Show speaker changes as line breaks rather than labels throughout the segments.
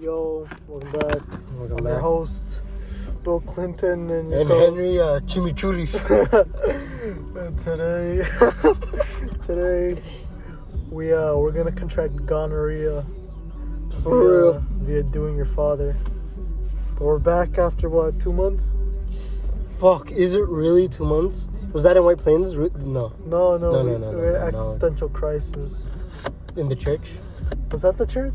Hello, welcome back.
Welcome
I'm
back.
your host, Bill Clinton, and your
And Henry uh, Chimichurri.
And today, today, we uh, we're gonna contract gonorrhea
For
via, via doing your father. But we're back after what two months?
Fuck, is it really two months? Was that in White Plains? Re- no,
No, no,
No,
we,
no, no,
we
no,
had
no.
existential crisis.
in the church.
Was that the church?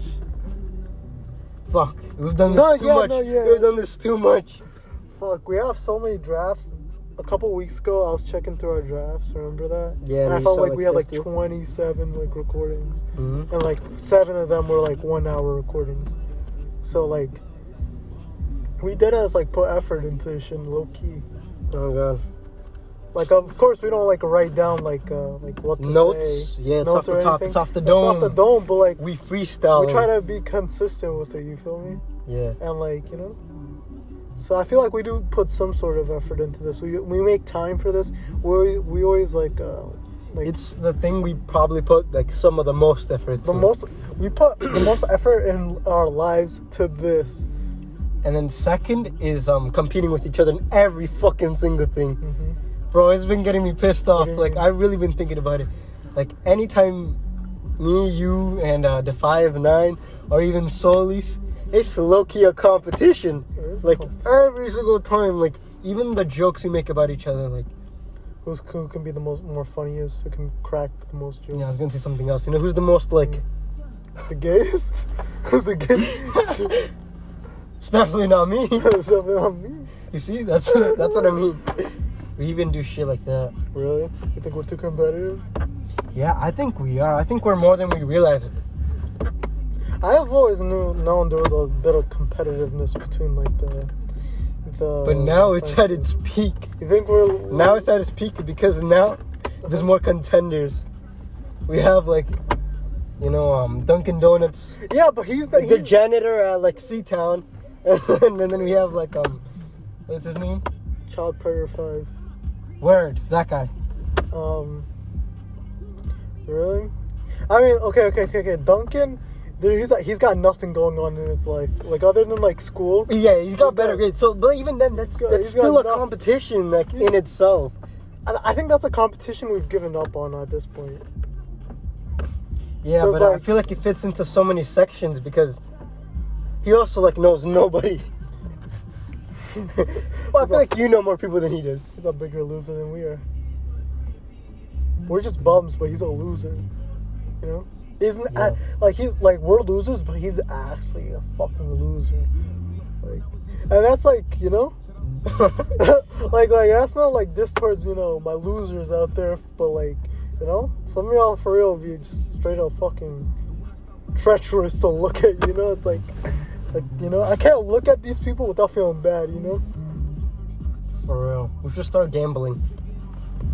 Fuck, we've done this
No,
too
yeah,
much.
no, yeah.
We've done this too much.
Fuck, we have so many drafts. A couple weeks ago, I was checking through our drafts. Remember that?
Yeah,
And I
we
felt
saw,
like
like,
we had like
50.
27 like recordings.
hmm
and like seven of them were like one hour recordings. So like we did us like put effort into this shit low key.
Oh god.
Like of course we don't like write down like uh like what to
Notes?
say.
Yeah, it's off
or
the top, it's off the
It's off the
dome.
dome, but like
We freestyle.
we try to be consistent with it, you feel me?
Yeah.
And like, you know. So I feel like we do put some sort of effort into this. We we make time for this. We always, we always like uh like
It's the thing we probably put like some of the most effort.
the
to.
most we put the most effort in our lives to this.
And then second is um competing with each other in every fucking single thing.
Mhm.
Bro, it's been getting me pissed off.
do you
Like
mean?
I've really been thinking about it. Like anytime me, you, and uh, the five nine, or even Solis, it's low key a competition.
It is a
Like
competition.
every single time, like even the jokes we make about each other. Like
who's who can be the most more funniest, who can crack the most
you
jokes.
know, I was gonna say something else. You know, who's the most like?
The gayest? who's the gayest?
It's definitely not me.
Something on me.
you see, that's that's what I mean. We even do shit like that.
Really? You think we're too competitive?
Yeah, I think we are. I think we're more than we realized.
I have always knew known there was a bit of competitiveness between like the the
But now it's at its peak.
You think we're
Now it's at its peak because now there's more contenders. We have like, you know, um, Dunkin' Donuts,
Yeah, but he's the,
the
he's,
janitor at like Seatown, and then we have like um, what's his name?
child predator five.
Word, that guy.
Um Really? I mean, okay, okay, okay, okay. Duncan, there, he's like, he's got nothing going on in his life, like other than like school.
Yeah, he's
He's
got better
got-
grades. So, but even then, that's
He's got-
that's
he's got
still a
enough-
competition like in itself.
I, I think that's a competition we've given up on at this point.
Yeah,
'Cause,
but I
like-
feel like it fits into so many sections because he also like knows nobody. well, I feel like you know more people than he does.
He's a bigger loser than we are. We're just bums, but he's a loser. You know? Isn't
Yeah.
a- like he's like we're losers, but he's actually a fucking loser. Like, and that's like you know, like like that's not like this towards you know my losers out there, but like you know some of y'all for real be just straight up fucking treacherous to look at. You know, it's like like you know I can't look at these people without feeling bad. You know,
For real, we should start gambling.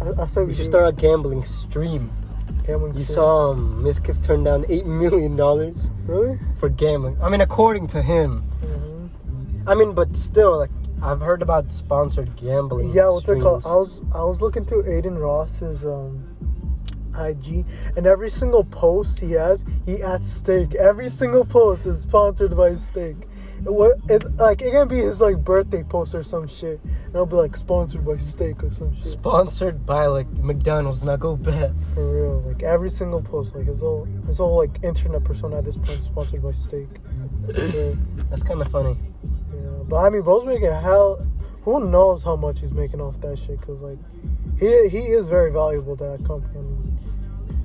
I, I said
We should
do
start a gambling stream.
gambling
You
soon.
saw um, Miss Kiff turn down eight million dollars
really.
for gambling. I mean, according to him.
Mhm.
I mean, but still, like I've heard about sponsored gambling.
Yeah, what's it called?
streams.
I was I was looking through Aiden Ross's um, IG, and every single post he has, he adds steak. Every single post is sponsored by steak. And What it's like it can be his like birthday post or some shit, and it'll be like sponsored by steak or some shit.
Sponsored by like McDonald's. Now go bet.
For real, like every single post, like his whole his whole like internet persona at this point is sponsored by steak. So,
That's kind of funny.
Yeah, but I mean, bro's making hell. Who knows how much he's making off that shit? Cause like, he he is very valuable to that company. I mean,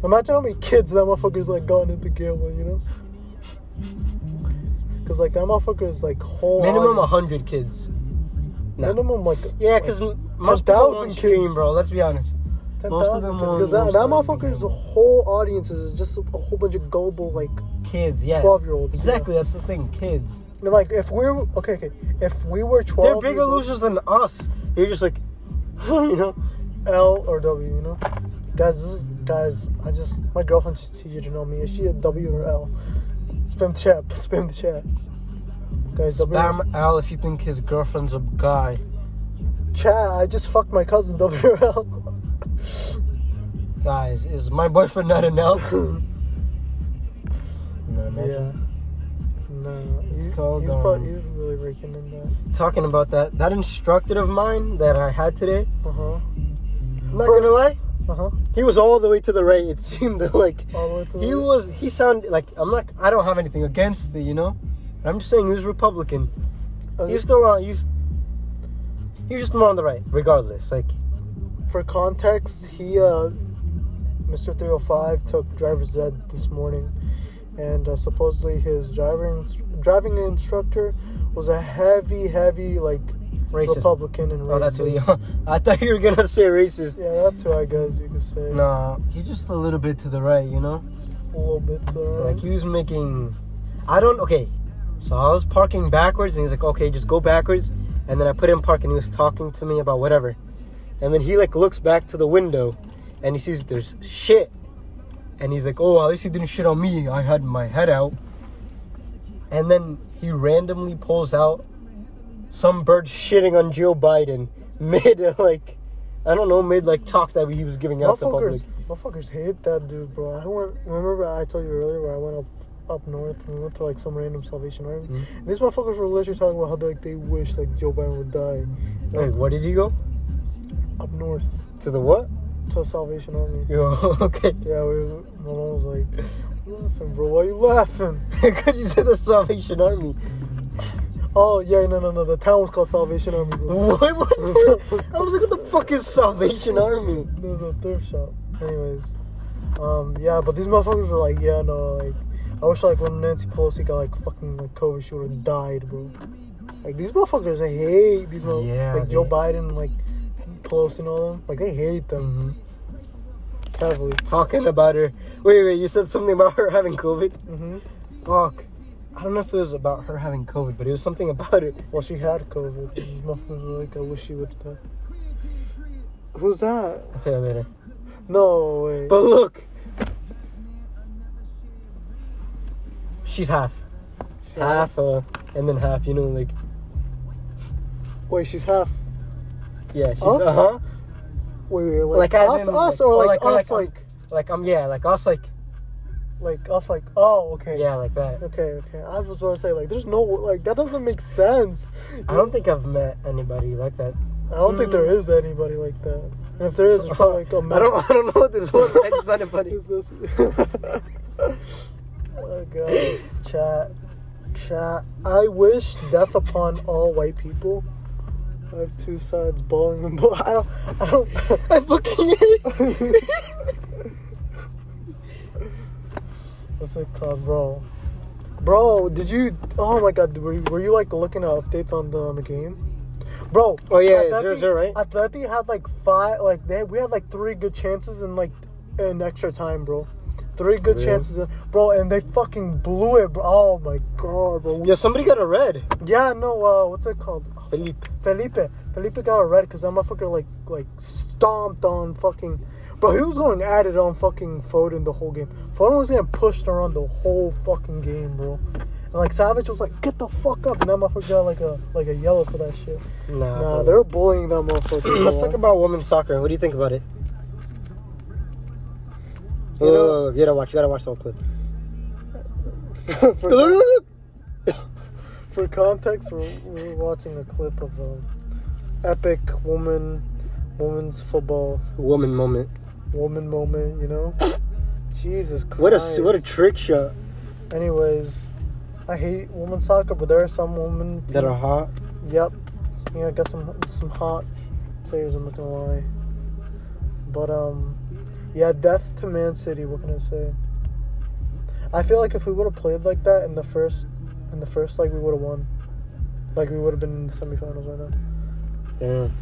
imagine how many kids that motherfucker's like gone into gambling, you know? Cause like that motherfucker is like whole
Minimum
audience.
hundred kids. No.
minimum like
Yeah, because most
10,000
people don't stream,
kids.
bro. Let's be honest.
ten
most of
thousand.
them are-
Cause that,
most
that
of them are
motherfucker's whole audience is just a whole bunch of gullible like
Kids, yeah.
12-year-olds,
Exactly, that's the thing. Kids.
like if we're okay okay if we were
They're
twelve
bigger
years old-
losers than us. They're just like, you know.
L or W, you know? Guys, this is, guys, I just, my girlfriend just teaches you to know me. Is she a W or L? Spam the chat, spam the chat. Guys, W.
Bam Al if you think his girlfriend's a guy.
Chat, I just fucked my cousin, W or L.
Guys, is my boyfriend not an L? no, imagine.
yeah. Nah, he's, he's
called, um,
probably he's really raking in that.
Talking about that, that instructor of mine that I had today,
Uh huh.
I'm not
For-
gonna lie,
Uh huh.
he was all the way to the right. It seemed like
All the way to the
he
right.
was. He sounded like I'm not. I don't have anything against the, you know. I'm just saying he was Republican.
Oh,
He was still on. He was. He was just more on the right, regardless. Like
For context, he, uh, Mr. 305 took driver's ed this morning, and uh, supposedly his driving driving instructor was a heavy, heavy like
racist.
Republican and racist.
Oh, that's who you. I thought you were gonna say racist.
yeah, that too, I guess you could say.
Nah, he just a little bit to the right, you know.
Just a little bit to the right.
Like he was making, I don't okay. So I was parking backwards, and he's like, "Okay, just go backwards." And then I put him park, and he was talking to me about whatever. And then he like looks back to the window, and he sees there's shit, and he's like, "Oh, at least he didn't shit on me. I had my head out." And then he randomly pulls out some bird shitting on Joe Biden mid like, I don't know, mid like talk that he was giving out to the public.
Motherfuckers, motherfuckers hate that dude, bro. I went. Remember, I told you earlier where I went up up north and we went to like some random Salvation Army.
Mm-hmm.
And these motherfuckers were literally talking about how like they wish like Joe Biden would die.
Wait, what did you go
Up north
to the what?
to a Salvation Army.
Yo, okay.
Yeah, we were, my mom was like, "You laughing, bro? Why you laughing?"
Because you said the Salvation Army.
Oh yeah, no, no, no. The town was called Salvation Army, bro.
What? what the- I was like, what the fuck is Salvation Army?
There's a thrift shop. Anyways, um, yeah, but these motherfuckers were like, "Yeah, no, like." I wish like when Nancy Pelosi got like fucking like COVID, she would have died, bro. Like these motherfuckers, they hate these motherfuckers.
Yeah,
like Joe
they-
Biden, like Pelosi and all them. Like they hate them
Mm-hmm. Mm.
heavily.
Talking about her. Wait, wait, you said something about her having COVID?
hmm
Fuck. I don't know if it was about her having COVID, but it was something about it.
Well, she had COVID. These motherfuckers were like, I wish she would. have Who's that?
I'll tell you later.
No way.
But look. She's half.
She-
Half, uh, and then half, you know, like,
Wait, she's half.
yeah. She's,
Us?
uh-huh.
Wait, wait, like,
Like as
us,
in,
us,
like-
or
or
like,
like-
us,
like-
like,
Like, I'm, yeah, like us, like,
like us, like. Oh, okay.
yeah, like that.
Okay, okay. I was about to say like, there's no like that doesn't make sense.
I don't think I've met anybody like that.
I don't think there is anybody like that. And if there is, it's probably like a
Mm. I don't, I don't know what this was. I just found it funny.
Is this? oh god, chat, chat. I wish death upon all white people. I have two sides, balling and ball. I don't, I don't.
I fucking
What's it called, bro? Bro, did you? Oh my God, were you, were you like looking at updates on the on the game, bro?
Oh, yeah, yeah,
Atleti-
0-0, right?
Atleti had like five, like they we had like three good chances in like in extra time, bro. Three good
Really?
chances, in, bro, and they fucking blew it, bro. Oh my God, bro.
Yo, somebody got a red.
Yeah, no, uh, what's it called?
Felipe.
Felipe, Felipe got a red because that motherfucker like like stomped on fucking. Bro, he was going at it on fucking Foden the whole game. Foden was getting pushed around the whole fucking game, bro. And like Savage was like, "Get the fuck up!" And that motherfucker got like a like a yellow for that shit.
Nah.
Nah,
bro.
they're bullying that motherfucker.
Let's
bro.
talk about women's soccer. What do you think about it?
You
You
know-
know, Uh, you gotta watch. You gotta watch the whole clip.
for,
Look,
for context, we're, we're watching a clip of um, epic woman women's football
Woman moment.
woman moment. You know, Jesus Christ!
What a what a trick shot
Anyways, I hate women's soccer, but there are some women.
that are hot.
Yep. You know, I got some some hot players. I'm not gonna lie. But um, yeah, death to Man City. What can I say? I feel like if we would have played like that in the first, in the first like we would have won. Like we would have been in the semifinals right now.
Damn.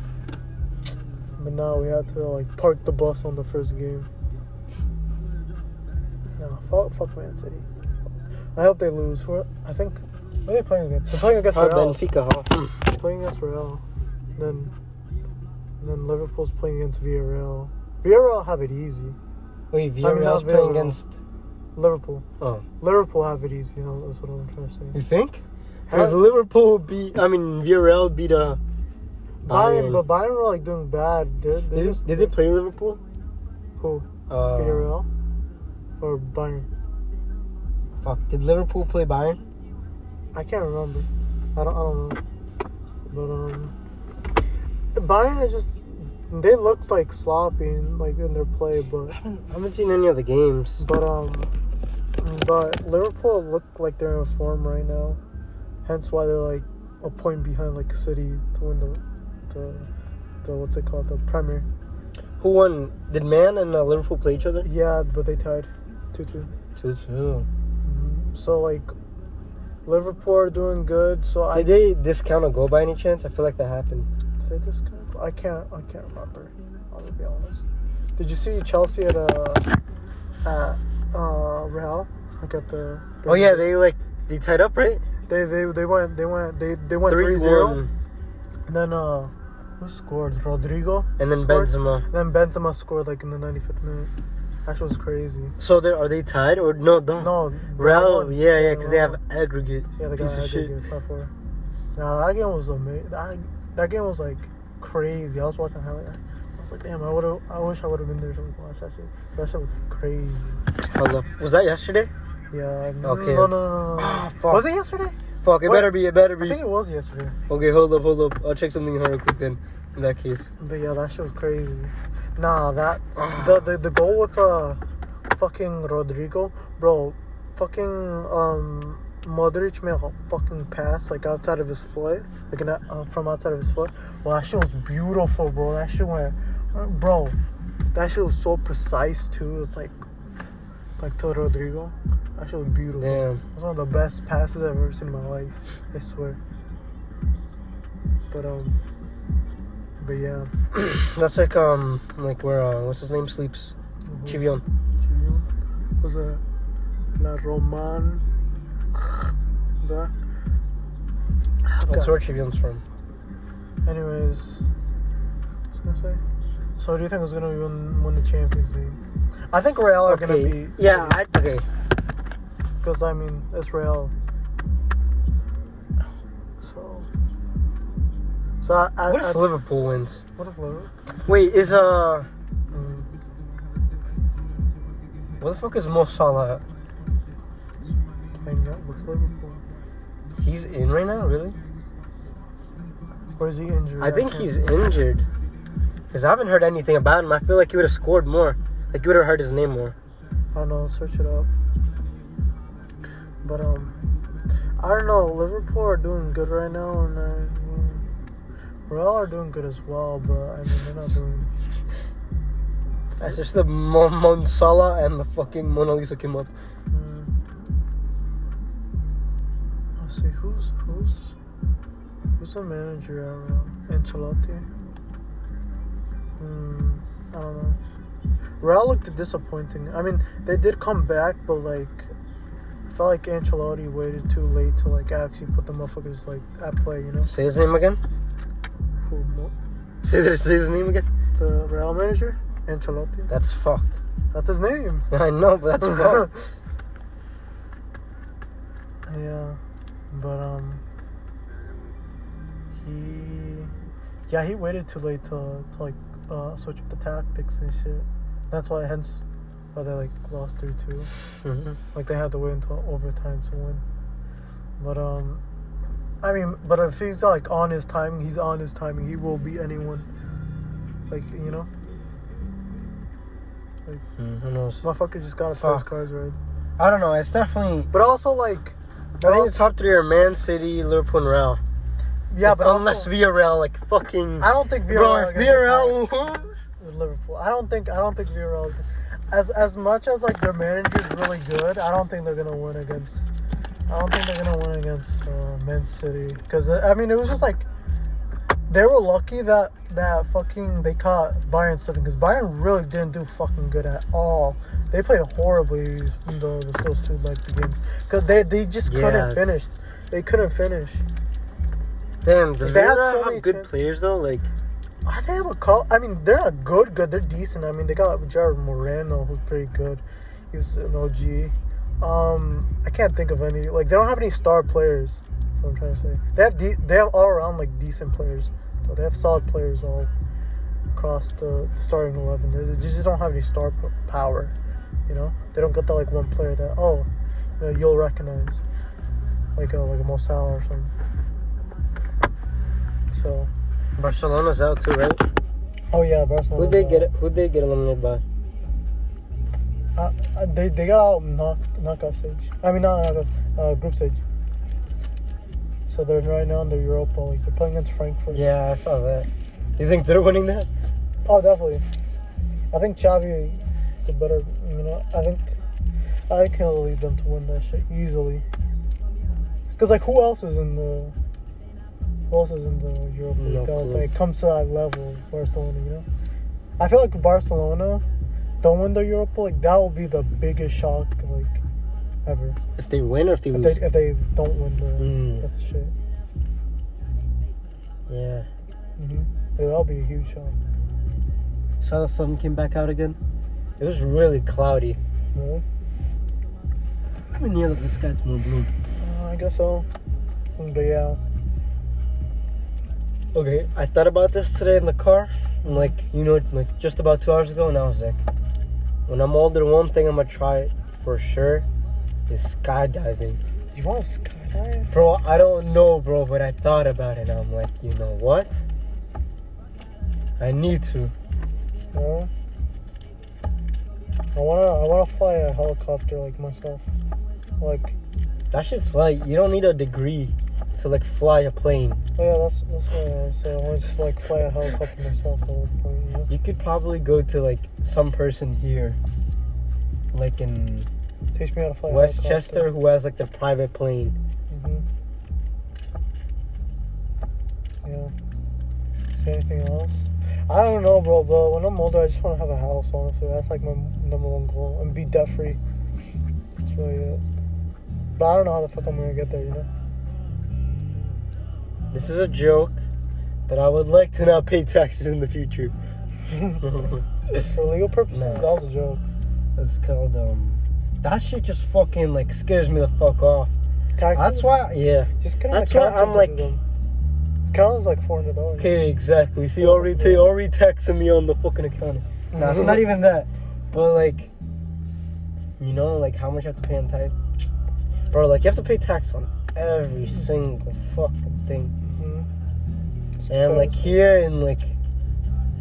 But now we had to like park the bus on the first game. No, fuck, fuck Man City. I hope they lose. We're, I think. What are they playing against? They're playing against
Hot
Real.
Benfica, huh?
playing against Real. Then, and then Liverpool's playing against Villarreal. Villarreal have it easy.
Wait,
not
Villarreal's
Villarreal.
playing against.
Liverpool.
Oh,
Liverpool have it easy. You know, that's what I'm trying to
you
say.
think? Because Liverpool beat. I mean, Villarreal beat uh
Bayern,
Bayern.
but Bayern were like doing bad. They're, they
Did,
just
did they play Liverpool?
who
Uh,
Villarreal or Bayern?
Fuck. Did Liverpool play Bayern?
I can't remember. I don't. I don't know. But um, Bayern is just. They looked like sloppy in like in their play, but
I haven't, I haven't seen any of the games.
but um, but Liverpool look like they're in form right now. Hence why they're like a point behind like City to win the the, the what's it called the Premier.
Who won? Did Man and uh, Liverpool play each other?
Yeah, but they tied two two.
Two two.
So like, Liverpool are doing good. So I
Did they discount a goal by any chance? I feel like that happened.
Did they discount? I can't. I can't remember. I'm gonna be honest. Did you see Chelsea at uh at uh Real? Like at the.
Oh yeah, they like they tied up, right?
They they they went they went they they went 3
Three
0
one,
Then uh, who scored? Rodrigo.
and then
scored.
Benzema.
Then Benzema scored like in the 95th minute. That shit was crazy.
So they are they tied or no? Don't.
No,
Real,
won.
yeah, yeah, because they
Real
have
won.
aggregate.
Yeah, the guy
piece of
had
shit.
to five four. Nah, that game was amazing. That, that game was like crazy. I was watching highlight. I was like, damn, I would have. I wish I would have been there to like watch that shit. That shit looked crazy.
Hold up. Was that yesterday?
Yeah. n-
Okay.
No, no, no, no. no.
Ah, fuck.
was it yesterday?
Fuck, it
What?
better be, it better
I
be.
think it was yesterday.
Okay, hold up, hold up. I'll check something real quick then, in that case.
But yeah, that shit was crazy. Nah, that the the, the goal with uh fucking Rodrigo, bro, fucking um Modric made a fucking pass like outside of his foot, like in a, uh, from outside of his foot. Well, that shit was beautiful, bro. That shit went, bro, that shit was so precise too. It's like like to Rodrigo. That shit was beautiful.
Damn.
It was one of the best passes I've ever seen in my life. I swear. But um, but yeah.
That's like, um, like where, uh, what's his name sleeps? Chivion.
Chivion. Was that La Roman? Was that?
That's
Okay.
where Chivion's from.
Anyways, I was gonna say. So do you think it's gonna win, win the Champions League? I think Real are gonna
Okay.
be.
Yeah, I, okay.
Because I mean, it's Real. So. So I. I
What
I,
if Liverpool wins?
what if Liverpool?
Wait, is, uh,
Mm,
where the fuck is Mo Salah?
playing that with Liverpool,
at? He's in right now, really?
or is he injured?
I think
can't-
he's injured. Because I haven't heard anything about him. I feel like he would have scored more. Like, you would have heard his name more.
I don't know. Search it up. But um, I don't know. Liverpool are doing good right now, and I mean, Real are doing good as well. But I mean, they're not doing.
That's just the Mo, Mo Salah and the fucking Mona Lisa came up.
Mm. Let's see who's who's who's the manager at Real? Ancelotti. Hmm. I don't know. Real looked disappointing. I mean, they did come back, but like, I felt like Ancelotti waited too late to like actually put the motherfuckers like at play. You know,
Say his name again.
Who, mo-
Say, the- say his name again.
the Real manager, Ancelotti.
That's fucked.
That's his name.
I know, but that's fucked.
Yeah, but um, he, yeah, he waited too late to, to like uh, switch up the tactics and shit. That's why, hence, why they like lost three two.
Mhm.
Like they had to wait until overtime to win. But um, I mean, but if he's like on his timing, he's on his timing. He will beat anyone. Like you know,
Mm, Who knows?
motherfucker just gotta play his
Fuck.
cards right.
I don't know. It's definitely.
But also like,
I think the top three are Man City, Liverpool, and Real.
yeah, but
unless
also,
Villarreal, like fucking.
I don't think Villarreal
Bro,
are
if
gonna get past.
Villarreal.
with Liverpool. I don't think I don't think Villarreal, as as much as like their manager's really good, I don't think they're gonna win against. I don't think they're gonna win against uh, Man City because I mean it was just like they were lucky that that fucking they caught Bayern slipping because Bayern really didn't do fucking good at all. They played horribly these- those those two like the game because they they just couldn't
Yeah.
finish. They couldn't finish.
Damn, does
They had
Villarreal
so many
have good
chances.
players though? Like,
I think I would call. I mean, they're not good, good. They're decent. I mean, they got Jared Moreno, who's pretty good. He's an OG. Um, I can't think of any. Like, they don't have any star players. That's what I'm trying to say. They have de- they have all around like decent players. So they have solid players all across the starting eleven. They they just don't have any star p- power. You know, they don't get that like one player that oh, you know, you'll recognize. like a like a Mo Salah or something. So,
Barcelona's out too, right?
oh yeah, Barcelona.
Who they get? Who they get eliminated by?
Uh, uh, they they got out knock knockout stage. I mean not knockout, uh, group stage. So they're right now in the Europa League. They're playing against Frankfurt.
Yeah, I saw that. You think they're winning that?
Oh, definitely. I think Xavi is a better. You know, I think I think he'll lead them to win that shit easily. Cause like, who else is in the? Who else is in the Europa
No
League? that,
clue.
like comes to that level, of Barcelona. You know, I feel like if Barcelona don't win the Europa League. That will be the biggest shock like ever.
If they win or if they
If
lose?
they if they don't win the
Mm.
that shit,
yeah.
hmm that'll be a huge um, shock.
Saw the sun came back out again. It was really cloudy.
Really?
I mean, yeah, the sky's more blue.
Uh, I guess so. Mm, But yeah.
Okay, I thought about this today in the car. and, like, you know, like just about two hours ago, and I was like, when I'm older, one thing I'm gonna try for sure is skydiving.
You want to skydive?
Bro, I don't know, bro, but I thought about it. And I'm like, you know what? I need to.
No. I wanna I wanna fly a helicopter like myself. Like
That shit's like, you don't need a degree to like fly a plane.
oh yeah, that's that's what I said. I wanna just like fly a helicopter myself at one point, you know?
You could probably go to like some person here, like in
Teach me how to fly a
Westchester,
helicopter.
who has like their private plane.
Mm-hmm. Yeah. Say anything else? I don't know bro, but when I'm older I just wanna have a house, honestly. That's like my number one goal. And be debt free. That's really it. But I don't know how the fuck I'm gonna get there, you know?
This is a joke, but I would like to not pay taxes in the future.
For legal purposes,
Nah.
that was a joke.
it's called um. That shit just fucking like scares me the fuck off.
Taxes?
That's why, yeah.
Just get an
That's why
accountant
I'm
to
like-
do them. Accountant's like four hundred dollars.
Okay, exactly. See, already they already texting me on the fucking account. Nah, it's not even that. But like, you know, like how much you have to pay on tax, bro. Like you have to pay tax on every single fucking thing.
Mm-hmm.
And like here in like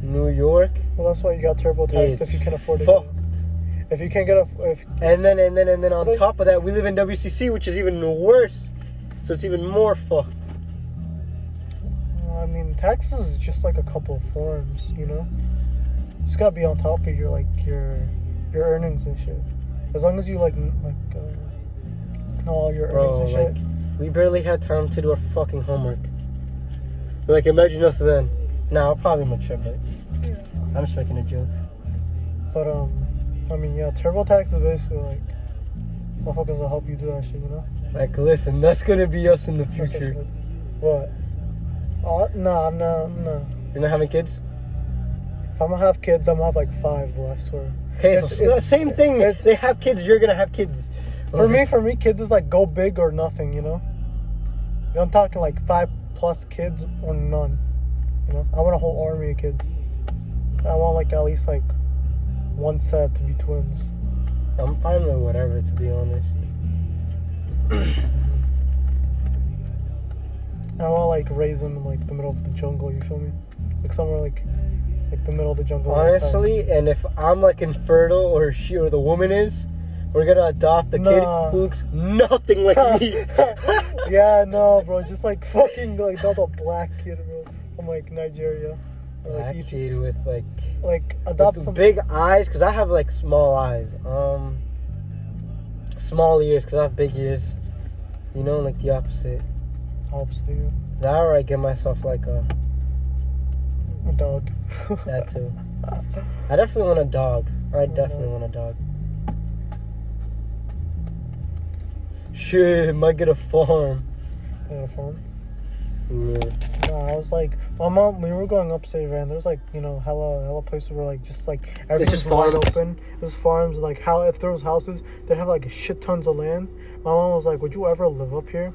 New York,
well, that's why you got TurboTax
it's
if you can afford to. get
fucked.
it. If you can't get a, if
And then and then and then on
Like-
top of that, we live in WCC, which is even worse. So it's even more fucked.
I mean, taxes is just like a couple of forms, you know. It's gotta be on top of your like your your earnings and shit. As long as you like n- like uh, know all your
Bro,
earnings
like
and shit.
we barely had time to do our fucking homework. Like imagine us then. Nah, I'll probably mature, but I'm just making a joke.
But um, I mean, yeah, TurboTax is basically like motherfuckers will help you do that shit, you know.
Like listen, that's gonna be us in the
That's
future.
what- What? Uh, nah, I'm not. Nah.
You're not having kids?
If I'm gonna have kids, I'm gonna have like five, bro. I swear.
Okay, so
It's-
s-
it's-
same thing.
it's-
they have kids, you're gonna have kids.
For me, for me, kids is like go big or nothing, you know. I'm talking like five plus kids or none. You know, I want a whole army of kids. I want like at least like one set to be twins.
I'm fine with whatever to be honest.
And I want to like raise them in like the middle of the jungle. You feel me? Like somewhere like like the middle of the jungle. like that.
Honestly, and if I'm like infertile or she or the woman is, we're gonna adopt a
Nah.
kid who looks nothing like me.
yeah, no, bro. Just like fucking like not a black kid, bro. From like Nigeria. Or, like,
Black
Egypt.
kid with like
like adopt
with
some
big eyes, cause I have like small eyes. Um, small ears, cause I have big ears. You know, like the opposite.
helps to you.
That or I get myself like a
A dog.
that too. I definitely want a dog. I definitely want a dog. Shit, might get a farm.
Yeah, farm.
Yeah.
No, I was like, my mom. When we were going upstate, man, there was like, you know, hella, hella places where like just like everything's
just
wide
farms.
open. There's farms. Like how if there was houses, they'd have like shit tons of land. My mom was like, "Would you ever live up here?"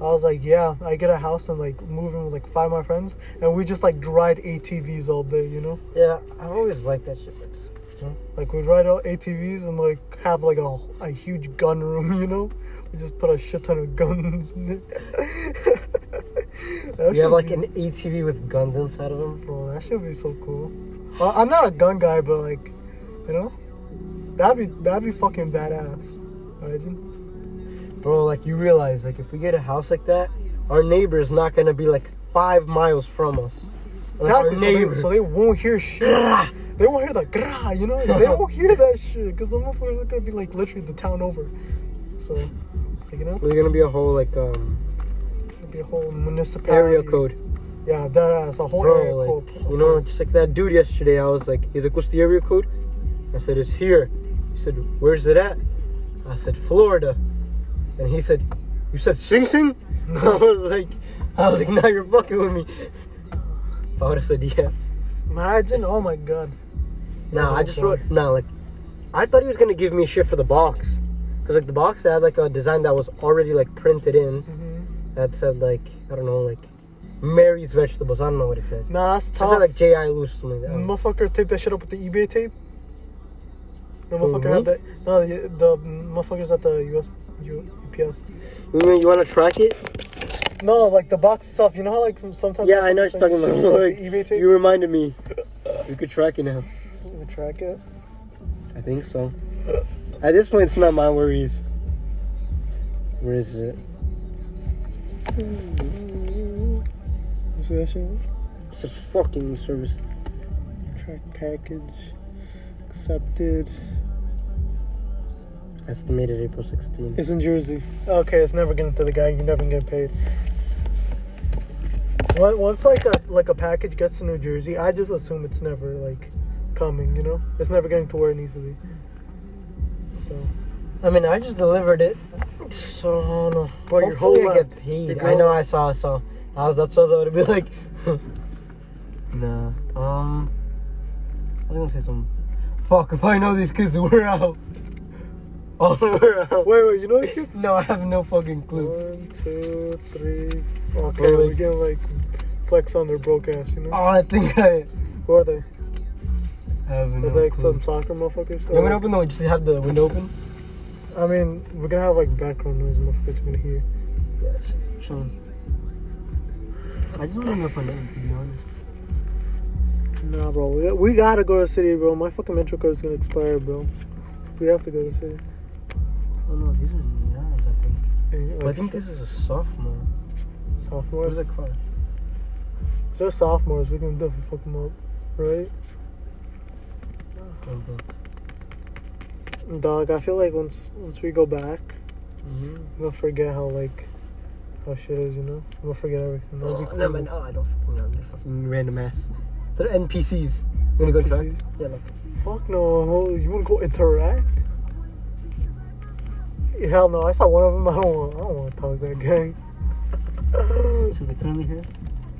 I was like, "Yeah, I get a house and like move in with like five of my friends, and we just like ride ATVs all day, you know."
Yeah, I've always liked that shit. but it's-
Like we'd ride out ATVs and like have like a, a huge gun room, you know? He just put a shit ton of guns in there. That
We have
should
like
be-
an ATV with guns inside of them.
Bro, that should be so cool. Uh, I'm not a gun guy, but like, you know, that'd be that'd be fucking badass. Imagine.
Bro, like you realize, like if we get a house like that, our neighbor's not gonna be like five miles from us. Like, our
Exactly. So they,
neighbor.
so they won't hear shit. they won't hear the gra, you know. They won't hear that shit because the motherfuckers are gonna be like literally the town over. So, like, you know,
There's gonna be a whole like um
it'd be a whole municipality.
area code.
Yeah, that ass. A whole area
Bro,
code.
like you know, just like that dude yesterday, I was like, he's like, what's the area code? I said, it's here. He said, where's it at? I said, Florida. And he said, you said Sing Sing? I was like, I was like, now you're fucking with me. If I would have said yes.
Imagine. Oh my god.
Nah, I just
Okay.
wrote. Nah, like, I thought he was gonna give me shit for the box, cause like the box had like a design that was already like printed in
Mhm.
that said like I don't know like Mary's vegetables. I don't know what it said.
Nah, that's
It just
tough.
said like J.I. Luce or something. Like that. I don't know.
Motherfucker taped that shit up with the eBay tape. The
Who,
motherfucker had
me?
that. No, the, the motherfuckers at the US, U, UPS.
You mean you wanna track it?
No, like the box itself. You know how like some, sometimes.
Yeah, I know what you're talking
shit
about.
with the
Like,
eBay tape.
you reminded me. We could track it now.
You track it.
I think so. At this point, it's not my worries. Where is it?
You see that shit?
It's a fucking service.
Track package accepted.
Estimated April 16th.
It's in Jersey. Okay, it's never getting to the guy. You're never gonna get paid. Once once, like a like a package gets to New Jersey, I just assume it's never like coming. You know, it's never getting to where it needs to be. So
I mean, I just delivered it. So, I don't know.
Well, your
Hopefully
whole
I get
left.
paid.
Your
I know
whole-
I saw, so I was, that's what I would be like. nah. Um. I was gonna say something. Fuck, if I know these kids, we're out. Oh, we're out.
wait, wait. You know these kids?
No, I have no fucking clue.
One, two, three. four. Okay,
Really?
we're getting like flex on their broke ass. You know?
Oh, I think I
Who are they?
have no
Are they like
clue.
some soccer motherfuckers? Uh,
You want me to open the Just have the window open?
I mean, we're gonna have like background noise. Motherfuckers gonna hear.
Yes. Sure. I just want to know if I know, to be honest.
Nah, bro. We, we gotta go to the city, bro. My fucking metro card is gonna expire, bro. We have to go to the city.
Oh no, these are nines, I think.
And,
But I think this is a sophomore. What
sophomores.
is it called?
If they're sophomores. We can definitely fuck them up, right? Dog. I feel like once once we go back,
Mm-hmm.
I'm gonna forget how like how shit is. You know, I'm gonna forget everything. That'd be
Oh,
crazy.
never mind. Oh, I don't fucking know. They're fucking random ass. They're NPCs. You wanna go interact?
NPCs?
Yeah, look.
Fuck no. You wanna go interact? Hell no. I saw one of them. I don't want. I don't want to talk to that guy.
So they're currently here?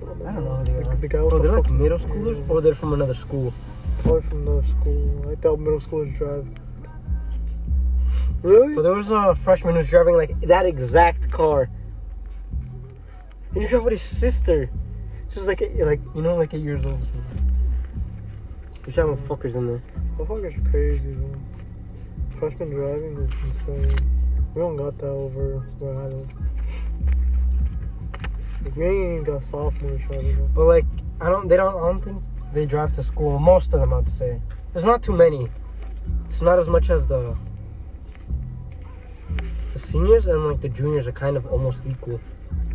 I don't know who they
The,
are.
the guy with
oh,
the
they're like
fucking-
middle schoolers or they're from another school?
Probably from middle school. I doubt middle schoolers drive.
Well,
Really?
there was a freshman who's driving like that exact car. And he drove with his sister. She was like, eight, like you know, like eight years old. There's some fuckers in there.
Motherfuckers are crazy, bro. Freshman driving is insane. We don't got that over where I live. Like, we ain't even got sophomores driving. bro.
But like, I don't. They don't. I don't think they drive to school. Most of them, I'd say. There's not too many. It's not as much as the the seniors and like the juniors are kind of almost equal.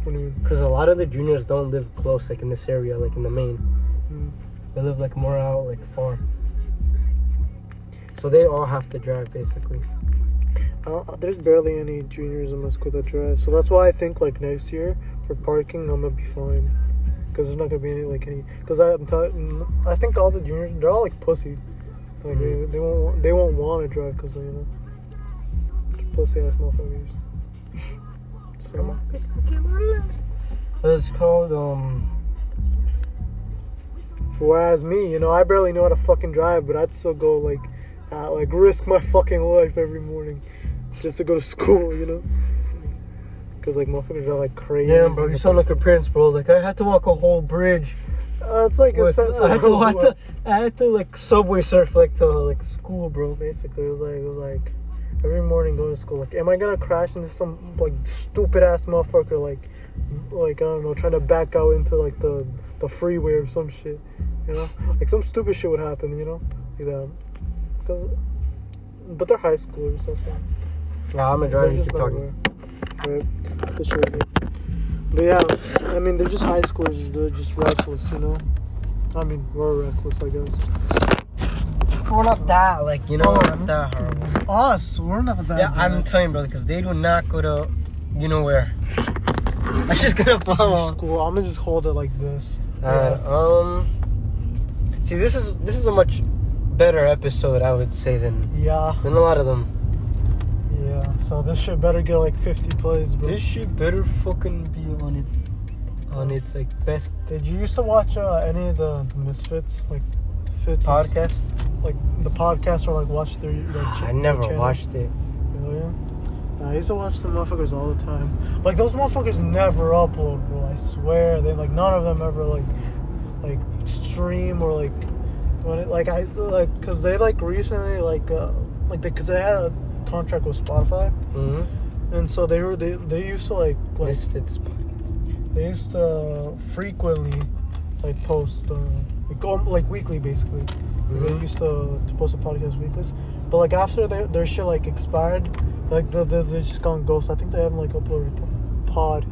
What do you mean?
Cause a lot of the juniors don't live close, like in this area, like in the main.
Hmm.
Mm. They live like more out, like far. So they all have to drive basically.
I don't- there's barely any juniors in my school that drive, so that's why I think like next year for parking I'm gonna be fine, cause there's not gonna be any like any. Cause I'm telling, I think all the juniors they're all like pussy, like they,
Mhm.
they won't they won't want to drive, cause you know, pussy ass motherfuckers. so,
It's called um.
whereas me, you know, I barely know how to fucking drive, but I'd still go like, uh, like risk my fucking life every morning, just to go to school, you know. Cause like motherfuckers drive like crazy.
Damn, bro, you sound like your parents, bro. Like I had to walk a whole bridge.
Uh, it's like
With,
it's,
I, had to, I, had to, I had to like subway surf like to like school, bro.
basically it was like it was like every morning going to school. Like, am I gonna crash into some like stupid ass motherfucker? Like, like I don't know, trying to back out into like the the freeway or some shit. You know, like some stupid shit would happen. You know, like that. Cause, but they're high schoolers. That's why.
Nah, I'm gonna drive.
They're
You keep
just
talking.
not aware. Right? This shit, dude. But yeah, I mean, they're just high schoolers. They're just reckless. You know. I mean, we're reckless, I guess.
We're not that like you know. We're
Mhm.
not that horrible.
Us, we're not that.
Yeah, I'm
bad.
telling you, brother, because they do not go to, you know where. I'm just gonna follow.
school. I'm gonna just hold it like this.
Alright, um. See, this is this is a much better episode, I would say, than
Yeah,
than a lot of them.
yeah. So this shit better get like 50 plays, bro.
shit better fucking be on it, on its like best
Did you used to watch uh, any of the Misfits, like Fits,
podcast.
like the podcast, or like watch their? Like, ch-
I never
channel?
watched it.
Really? Nah, I used to watch the motherfuckers all the time. Like those motherfuckers never upload, bro. I swear they like none of them ever like like stream or like when it, like I like cause they like recently like uh like because they had a contract with Spotify
hmm
and so they were they they used to like like
Misfits. podcast.
they used to frequently like post uh, like um, like weekly basically. Like, They
Mhm.
used to, to post a podcast weekly, but like after their, their shit like expired, like the, the, they just gone ghost. I think they haven't like uploaded a pod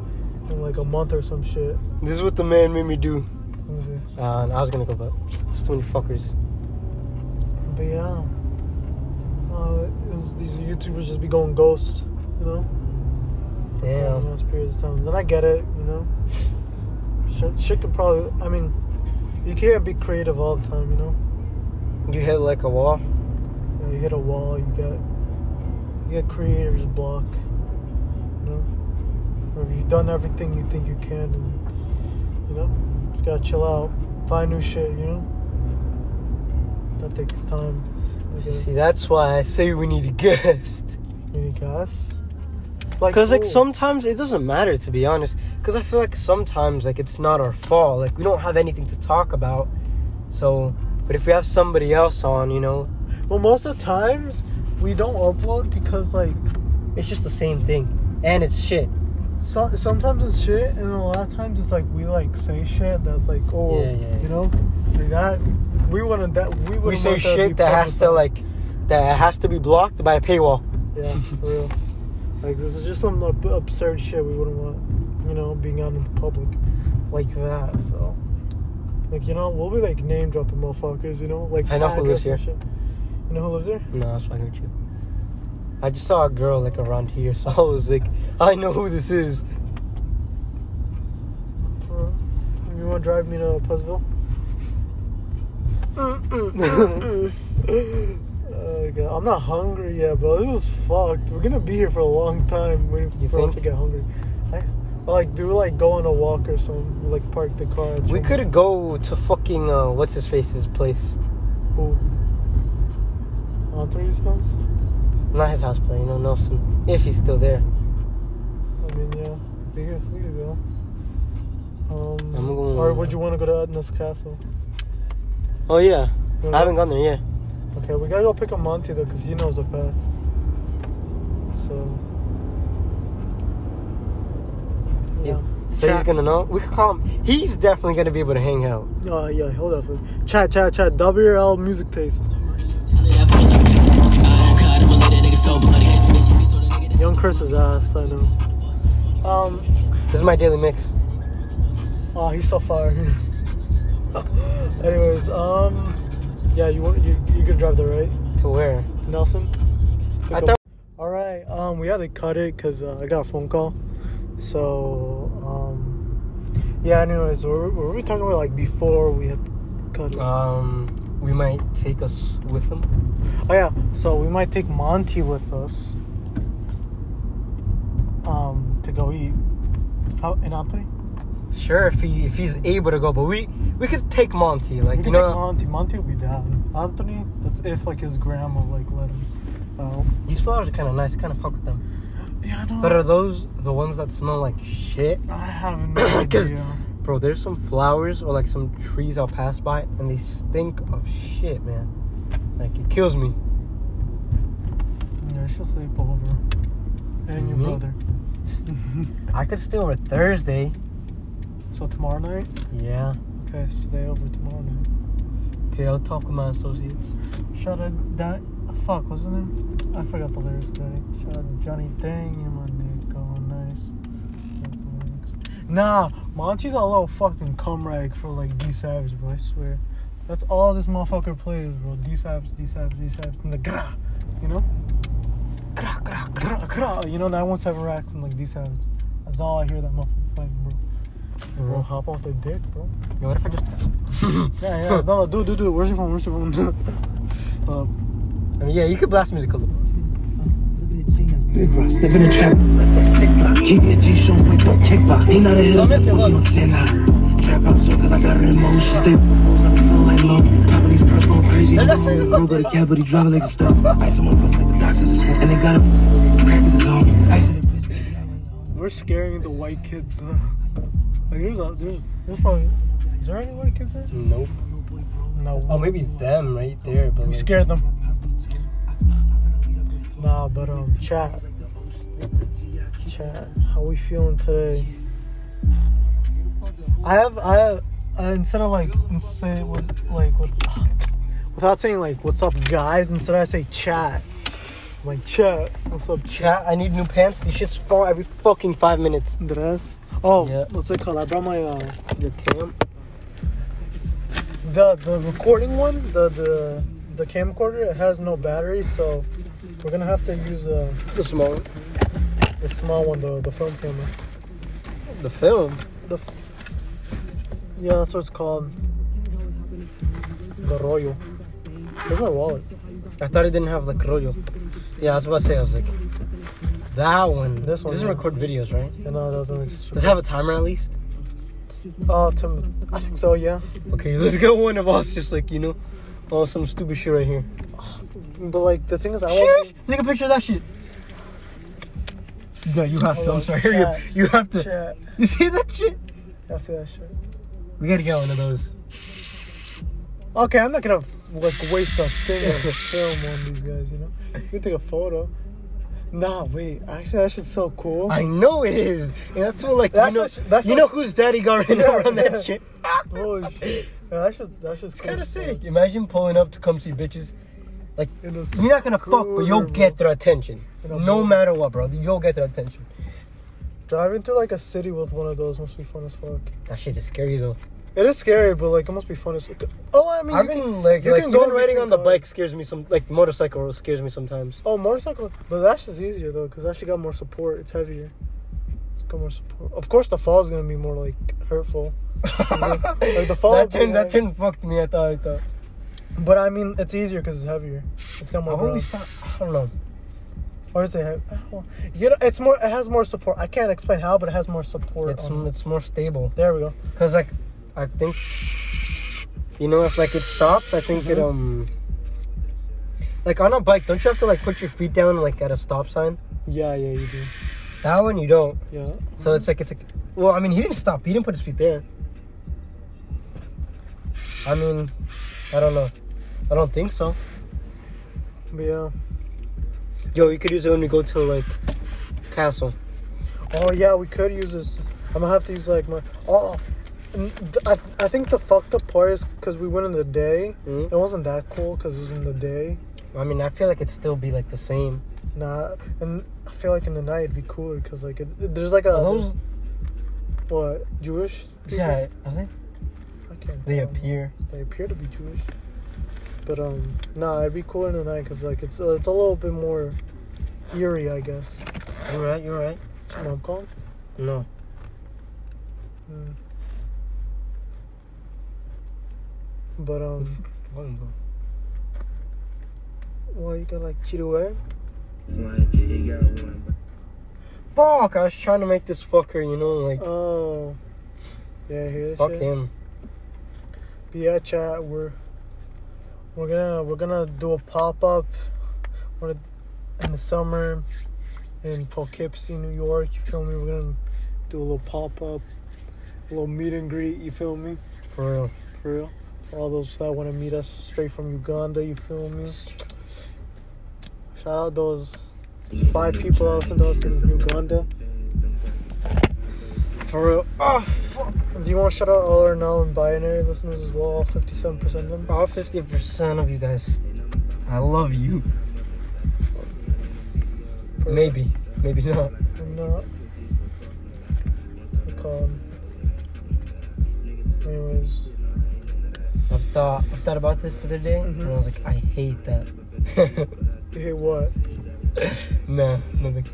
in like a month or some shit.
This is what the man made me do.
Let me see.
Uh, I was gonna go, but it's too many fuckers.
But yeah, uh, it was, these YouTubers just be going ghost, you know.
Damn.
Those periods of time. Then I get it, you know. Shit, shit could probably. I mean, you can't be creative all the time, you know.
You hit like a wall.
you, know, you hit a wall, you get you get creator's block, you know, or if you've done everything you think you can, and you know, just gotta chill out, find new shit, you know. That takes time. I guess.
See, that's why I say we need a guest.
You oh, need gas.
Because like
ooh,
sometimes it doesn't matter to be honest. Because I feel like sometimes like it's not our fault. Like we don't have anything to talk about. So, but if we have somebody else on, you know,
well, most of the times we don't upload because like
it's just the same thing, and it's shit.
so, sometimes it's shit, and a lot of times it's like we like say shit that's like oh
Yeah, yeah, yeah.
you know like that we wouldn't that we wouldn't
We say
want be
shit that has to
publicized.
like that has to be blocked by a paywall.
Yeah, for real. Like this is just some ab- absurd shit we wouldn't want, you know, being out in the public like that. So, like you know, we'll be like name dropping motherfuckers, you know, like
I know who lives
address and shit. You know who lives here?
No, that's fucking with you. I just saw a girl like around here, so I was like, I know who this is.
For real. You want to drive me to Puzzville? Oh, God. I'm not hungry yet, bro. This is fucked. We're gonna be here for a long time waiting for
You
us
think?
to get hungry. I, like, do like go on a walk or something. Like park the car. at
we
some-
could go to fucking uh, what's his face's place.
Who? On three's house?
Not his house, but you know Nelson, if he's still there.
I mean, yeah. We could, we could go. Um,
I'm going-
or would you want to go to Edna's Castle?
Oh yeah,
You
I
wanna
haven't gone there yet.
go? Okay, we gotta go pick up Monty though, because he knows the path. So. Yeah.
So he's gonna know. We could call him. He's definitely gonna be able to hang out.
Uh, yeah, hold up. Chat, chat, chat. WRL music taste. Young Chris's ass, I know. Um,
This is my daily mix.
Oh, he's so far. Anyways, um, yeah, you want you you could drive there, right,
To where?
Nelson? Pick
I
up-
thought.
All right, um, we had to cut it because uh, I got a phone call. So, um, yeah. Anyways, what were, what were we talking about like before we had cut it?
Um, we might take us with him.
oh yeah, so we might take Monty with us. Um, to go eat. How and Anthony?
Sure, if he if he's able to go, but we we could take Monty.
We
Like you
can take
know,
Monty. Monty will be down. Anthony, that's if like his grandma like let him. Oh.
these flowers are kind of nice. Kind of fuck with them.
Yeah,
But
no,
are those the ones that smell like shit?
I have no
'Cause-
idea.
Bro, there's some flowers or like some trees I'll pass by and they stink of shit, man. Like it kills me.
Yeah, I should sleep over. And your
Me?
brother.
I could stay over Thursday.
So tomorrow night?
Yeah.
Okay, stay over tomorrow night.
Okay, I'll talk with my associates.
Shout out that fuck, wasn't it? I forgot the lyrics already. Shout out Johnny Dang and my neck going nice. That's the lyrics. Nah, Monty's a little fucking cum rag for like D Savage, bro. I swear. That's all this motherfucker plays, bro. D Savage, D Savage, D Savage, and the gra, you know? Gra, gra, gra, gra. You know, 917 racks and like D Savage. That's all I hear that motherfucker playing, bro. Bro, hop off their dick, bro.
Yo, what if I just?
Yeah, yeah. No, no, dude, dude, dude. Where's your phone? Where's your phone? uh,
I mean, yeah, you could blast music a little.
Big rock, step in the trap, left that six block. Keep me a G show, we don't kick back. Ain't out of here,
Tell me if
I'm
they love
on ten high. Trap out, so cause I got an emotion. Stay I'm feeling like love. Popping these birds going crazy. Bro, go to cab, but he drive like a star. Ice him up, it's like the docks of the swim. And they got a crackers his own. Ice in the bitch.
We're scaring the white kids. Uh, like there's a there's there's probably is there any white kids there?
Nope.
No.
Oh, maybe them right there, but
we
like,
scared them. Nah, but um, chat, chat. How we feeling today? I have I have uh, instead of like and say with like with without saying like what's up guys instead I say chat like chat what's up chat.
Chat, I need new pants. These shits fall every fucking five minutes.
Dress. Oh,
Yeah.
what's it called? I brought my uh,
Your cam?
the the recording one, the the the camcorder. It has no battery, so we're gonna have to use uh,
The small. one.
the small one, the the film camera.
The film.
The f- yeah, that's what it's called. The Royal. Where's my wallet?
I thought it didn't have like rollo. Yeah, I was about to say. I was like, that one.
This one,
This doesn't
yeah.
record videos, right?
Yeah, no, it doesn't. It's,
Does it have a timer at least?
oh, Tim, I think so. Yeah,
Okay, let's get one of us just like you know, oh some stupid shit right here.
but like the thing is, I
Sheesh,
want.
take a picture of that shit. No, you have to. I'm
on,
sorry.
chat.
You, you have to.
Chat.
You see that shit?
I see that shit.
We gotta get one of those.
Okay, I'm not gonna like waste a thing of a film on these guys, you know. You can take a photo. Nah, wait. Actually, that shit's so cool.
I know it is, and that's what like
That's
you know.
the sh- that's
you
the-
know who's daddy got right
Yeah,
now around
yeah.
that shit.
Holy shit. Yeah, that shit's that shit's cool
Kind of
as fuck.
sick. Imagine pulling up to come see bitches.
In a
You're not gonna fuck, but you'll
scooter,
get their attention.
You know,
No
bro.
matter what, bro. You'll get their attention.
bro. Driving through like a city with one of those must be fun as fuck.
That shit is scary though.
It is scary, but like it must be fun as fuck. Oh, I mean,
I've
you can,
been like,
you
like
can
even
go in
riding
between
on the
cars.
bike scares me. Some like motorcycle scares me sometimes.
Oh, motorcycle, but that's just easier though, cause that shit got more support. It's heavier. It's got more support. Of course, the fall is gonna be more like hurtful. like the fall.
That turn, that turn fucked me. I thought, I thought.
But I mean, it's easier because it's heavier. It's got more.
I've
ground.
always thought, I don't know.
Or is it? have- oh, You know, it's more. It has more support. I can't explain how, but it has more support.
It's
on it.
it's more stable.
There we go.
Cause like, I think, you know, if like it stops, I think it um. Like on a bike, don't you have to like put your feet down like at a stop sign?
Yeah, yeah, you do.
That one you don't.
Yeah.
So it's like it's like. Well, I mean, he didn't stop. He didn't put his feet there. I mean, I don't know. I don't think so.
But yeah.
Yo, you could use it when we go to like castle.
Oh yeah, we could use this. I'm gonna have to use like my. Oh, n- th- I, I think the fucked up part is because we went in the day.
Mhm.
It wasn't that cool because it was in the day.
I mean, I feel like it'd still be like the same.
Nah, and I feel like in the night it'd be cooler because like it, it- there's like a
Are those,
what Jewish? people?
yeah, I think
I can't.
they
tell.
appear.
They appear to be Jewish. But um, nah, it'd be cooler in the night because like it's uh, it's a little bit more eerie, I guess.
You're right. You're right.
You know what I'm calling?
No.
Mm. But um, well, you got like Chiruwe.
Fuck! I was trying to make this fucker, you know, like
Oh, yeah, I hear that
fuck
shit.
him.
But yeah, chat. We're we're gonna we're gonna do a pop up. We're gonna, in the summer in Poughkeepsie, New York. You feel me? We're gonna do a little pop up, a little meet and greet. You feel me?
For real.
For real. For all those that want to meet us straight from Uganda, you feel me? Shout out those There's five people I listened to us in Uganda. For real. Oh, fuck. Do you want to shout out all our non binary listeners as well? All 57% of them?
All 50% of you guys, I love you. Maybe, maybe not.
I'm not. I call them. um, Anyways.
I've thought, I've thought about this the other day, and I was like, I hate that.
You hate what?
nah, nothing.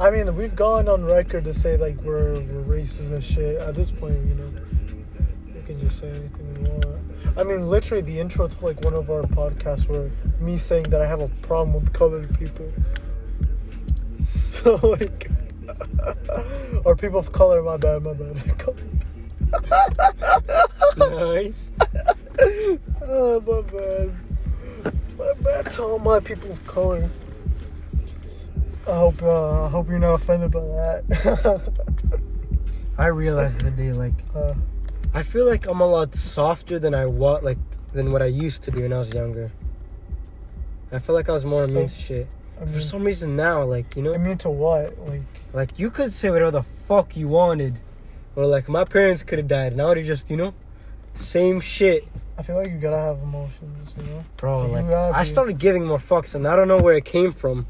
I mean, we've gone on record to say like we're, we're racist and shit. At this point, you know, we can just say anything we want. I mean, literally, the intro to like one of our podcasts were me saying that I have a problem with colored people. So like, or people of color. My bad. My bad. Color-
nice.
oh, my bad. My bad to all my people of color. I hope uh, I hope you're not offended by that.
I realized the other day, like,
uh,
I feel like I'm a lot softer than I was, like, than what I used to be when I was younger. I feel like I was more immune to shit.
I
For
mean,
some reason now, like, you know,
I mean to what? Like,
like you could say whatever the fuck you wanted, or like my parents could have died, and I would have just, you know, same shit,
I feel like you gotta have emotions, you know?
bro.
You
Like
gotta
I
be-
started giving more fucks, and I don't know where it came from.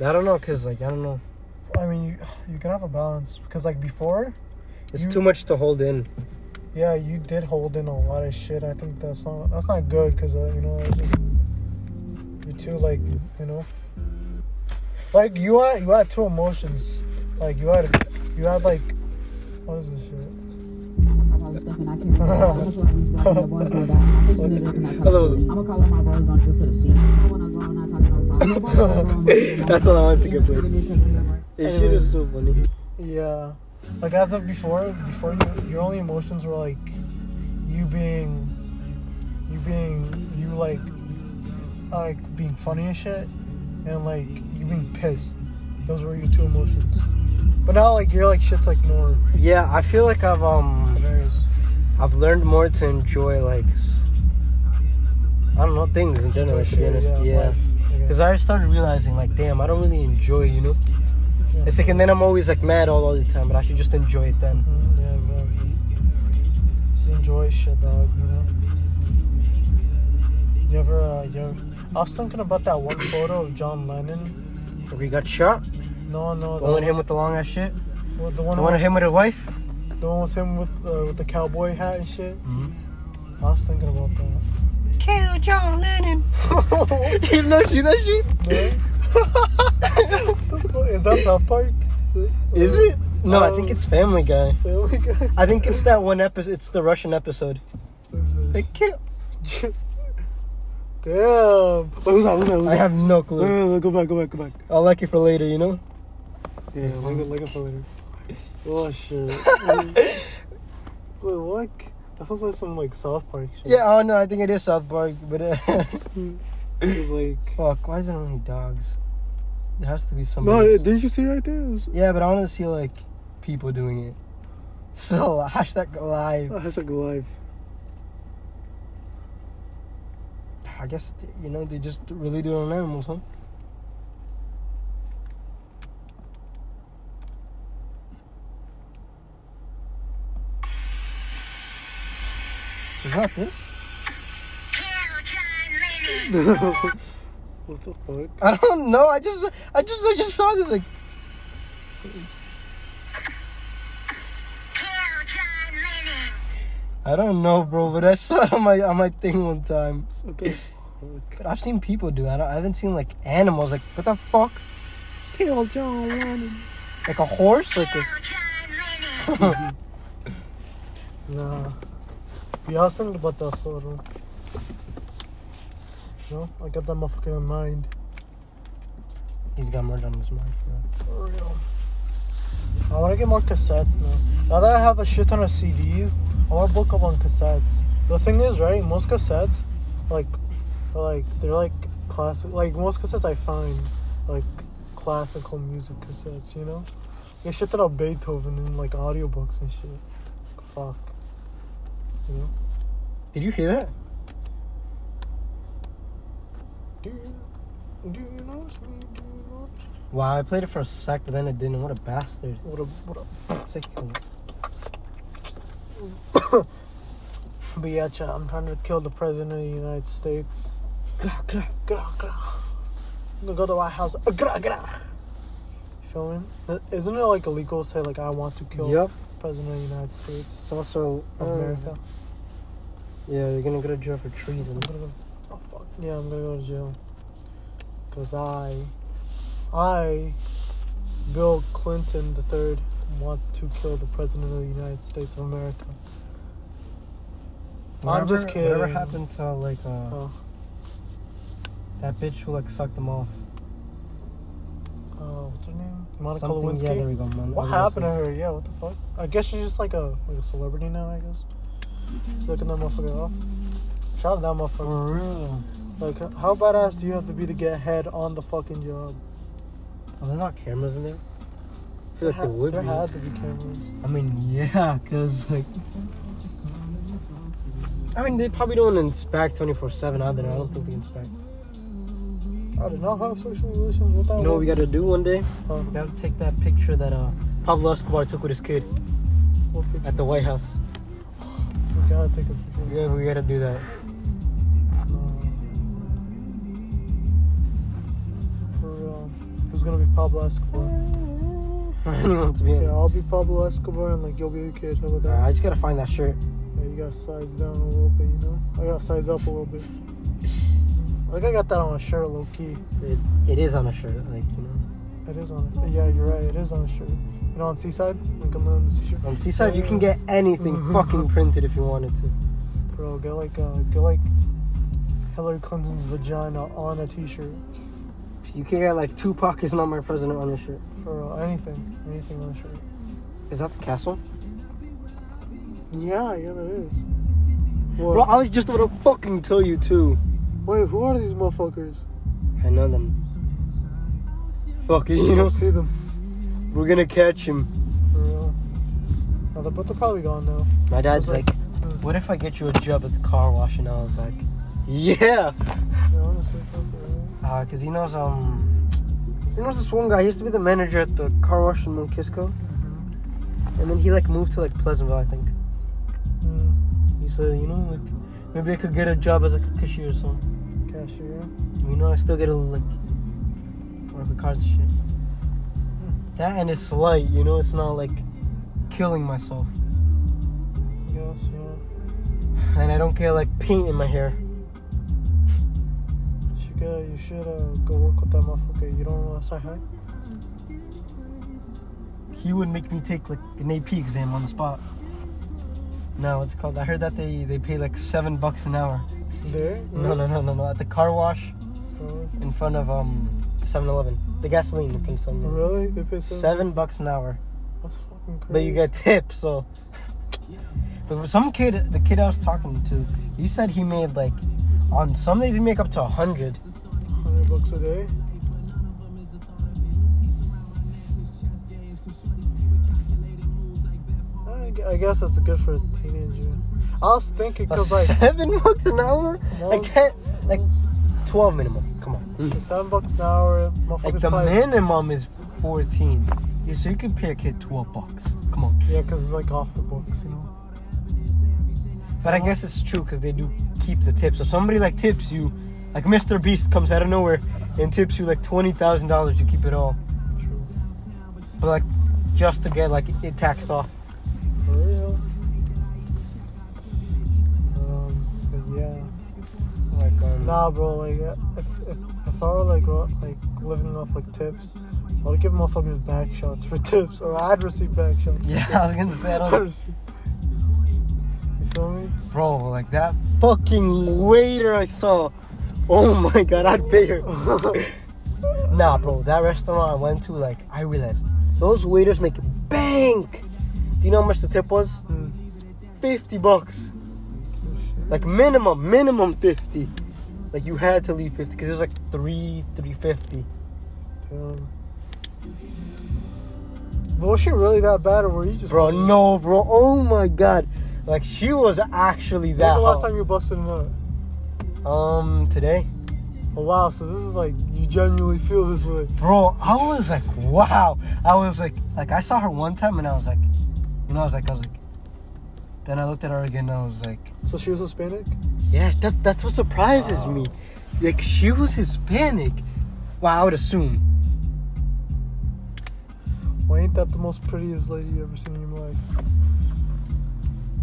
I don't know, cause like I don't know,
I mean, you you can have a balance because like before,
it's
You-
too much to hold in.
yeah, you did hold in a lot of shit. I think that's not that's not good because uh, you know it's just, you're too like you know, like you had you had two emotions, like you had you had like what is this shit?
Hello.
Hello. I'm gonna call on my boys gonna do for the season. I wanna go on, I'm not talking about
That's all I want to get played. This shit is so funny.
Yeah, like as of before, before you, your only emotions were like you being, you being, you like, uh, like being funny and shit, and like you being pissed. Those were your two emotions. But now like you're like shit's like more
Yeah, I feel like I've um
hilarious.
I've learned more to enjoy like s- I don't know things in general. To be honest, yeah. Because I started realizing, like, damn, I don't really enjoy, you know?
Yeah.
It's like, and then I'm always, like, mad all, all the time, but I should just enjoy it then.
Mm, yeah, bro. Just enjoy shit, dog. You know. You ever? Uh, you ever? I was thinking about that one photo of John Lennon.
We got shot.
No, no,
The
the
one with him with the long ass shit.
Well, the one,
The one with
with,
him with his wife.
the one with him with, uh, with the cowboy hat and shit.
Mhm.
I was thinking about
Kill John Lennon.
that.
you know, see that shit?
Is that South Park?
Is it? No, I
Um,
think it's Family Guy.
Family Guy?
I think it's that one episode. It's the Russian episode. They kill.
Damn. Wait, who's that? Who's that? Who's
I
that?
have
Wait,
no
wait,
clue.
wait, go back, go back, go back.
I'll like it for later, you know?
Yeah, look at, look up for later. Oh shit. Wait, what? That sounds like some like South Park shit.
Yeah, oh no, I think it is South Park, but. Uh,
It was like.
fuck, why is it only dogs? There has to be somebody.
No,
else.
didn't you see right there? It was
Yeah, but I want to see like people doing it. So hashtag live.
hashtag live.
I guess you know they just really do it on animals, huh? Is that this?
What the fuck?
I don't know. I just, I just, I just saw this. Like, I don't know, bro. But I saw it on my on my thing one time.
What the fuck?
But I've seen people do. it. I, don't, I haven't seen like animals. Like, what the fuck?
Kill John Lennon.
Like a horse? Like a
Nah. You asked him about that photo. No, I got that motherfucker in mind.
He's got murder on his mind, bro.
For real. I wanna get more cassettes now. Now that I have a shit ton of CDs, I wanna book up on cassettes. The thing is, right, most cassettes, like, are like they're like classic. Like most cassettes I find, like classical music cassettes. You know, they shit ton of Beethoven and like audiobooks and shit. Fuck. You know.
Did you hear that?
Dude, Do you notice me? Do you notice?
Wow, I played it for a sec, but then it didn't. What a bastard.
What a what a.
It's like, oh,
But yeah, chat. I'm trying to kill the president of the United States. Gra gra gra gra. I'm gonna go to the White House. Uh, Gra gra. Feel me? Uh, Isn't it like illegal to say like I want to kill
yep.
president of the United States
It's also
of America?
Yeah, you're gonna go to jail for treason.
I'm gonna go. Oh fuck. Yeah, I'm gonna go to jail. Cause I, I, Bill Clinton the third, want to kill the president of the United States of America. I'm just kidding.
Whatever happened to like uh,
Oh.
that bitch who like sucked them off?
Uh, what's her name? Monica
Something-
Lewinsky.
Yeah, there we go. Mon-
What
Lewinsky.
happened to her? Yeah, what the fuck? I guess she's just like a like a celebrity now. I guess. She's looking that motherfucker off. Shout out that motherfucker.
For real.
Like, how badass do you have to be to get head on the fucking job?
Are Oh, there not cameras in there? I feel like there
ha-
would
there
be.
had to be cameras.
I mean, yeah, cause like. I mean, they probably don't inspect 24 7 either. I don't think they inspect.
I did not have sexual relations with that.
You know what we
woman.
gotta do one day?
Huh?
We gotta take that picture that uh, Pablo Escobar took with his kid
What picture?
at the White House.
We gotta take a picture.
Yeah, we gotta do that.
No. For real. Who's gonna be Pablo Escobar?
I don't know, to be
Yeah,
honest.
I'll be Pablo Escobar and like you'll be the kid. How about
Uh,
that?
I just gotta find that shirt.
Yeah, you gotta size down a little bit, you know? I gotta size up a little bit. Like I got that on a shirt, low key.
It, it is on a shirt, like, you know.
It is on it. Yeah, you're right. It is on a shirt. You know, on Seaside, Lincoln Loon T-shirt.
On Seaside, you can get anything fucking printed if you wanted to.
Bro, get like uh, get like Hillary Clinton's vagina on a T-shirt.
You can get, like, Tupac is not my president on a shirt.
For uh, anything, anything on a shirt.
Is that the castle?
Yeah, yeah, there is.
Bro,
What?
I was just gonna fucking tell you, too.
Wait, who are these motherfuckers?
I know them. Fuck it, you
I
know.
don't see them.
We're gonna catch him.
For real. No, they're, but they're probably gone now.
My dad's
Was
like,
like-
what if I get you a job at the car wash? And I was like, yeah.
Yeah, honestly, fuck
Uh, cause he knows um, he knows this one guy. He used to be the manager at the car wash in Mokisco, and then he like moved to like Pleasantville, I think.
it. Mm,
He said, you know, like, maybe I could get a job as like a cashier or something.
cashier.
You know, I still get a like work with cars and shit. That and it's light, you know. It's not like killing myself,
Yes, yeah.
and I don't get like paint in my hair.
She could, you should uh, go work with that motherfucker. You don't want to say hi?
he would make me take like an AP exam on the spot. No, it's called. I heard that they they pay like seven bucks an hour.
There?
No, no, no, no, no. At the car wash
Oh,
in front of um 7-Eleven, the gasoline in front of 7-Eleven.
Really? They pay seven?
Seven bucks an hour,
That's fucking crazy.
but you get tips. So, but for some kid, the kid I was talking to, he said he made like on some days he make up to a hundred.
100 bucks a day? I gu- I guess that's good for a teenager. I was thinking,
But
cause like
seven bucks an hour,
No.
like ten, like twelve minimum. Come on.
For seven bucks an hour,
Like
motherfuckers
the
probably,
minimum is 14. Yeah, so you can pay a kid 12 bucks. Come on.
Yeah, because it's like off the books, you know.
But I guess it's true because they do keep the tips. So somebody like tips you, like Mr. Beast comes out of nowhere and tips you like $20,000, you keep it all.
True.
But like just to get like it taxed off.
For real. Um, but yeah.
Like, um,
Nah, bro. Like, uh, if if, if I were like ro- like living off like tips, I would give motherfuckers back shots for tips, or I'd receive back shots. for
Yeah,
tips.
I was gonna say, I
I'd
don't,
receive- You feel me?
bro, like that fucking waiter I saw. Oh my god, I'd pay her. Nah, bro, that restaurant I went to, like, I realized those waiters make bank. Do you know how much the tip was?
Hmm.
50 bucks.
Oh,
Like, minimum, minimum 50. Like, you had to leave 50 because it was like 3 350.
Damn. But was she really that bad, or were you just
Bro, no, bro. Oh my god. Like, she was actually
When was
that.
the last
hot.
time you busted a nut?
Um, today?
Oh, wow, so this is like you genuinely feel this way.
bro i was like wow i was like like i saw her one time and i was like you know i was like i was like then i looked at her again and i was like
So she was Hispanic?
yeah that's that's what surprises me like she was hispanic well i would assume
Why ain't that the most prettiest lady you ever seen in your life?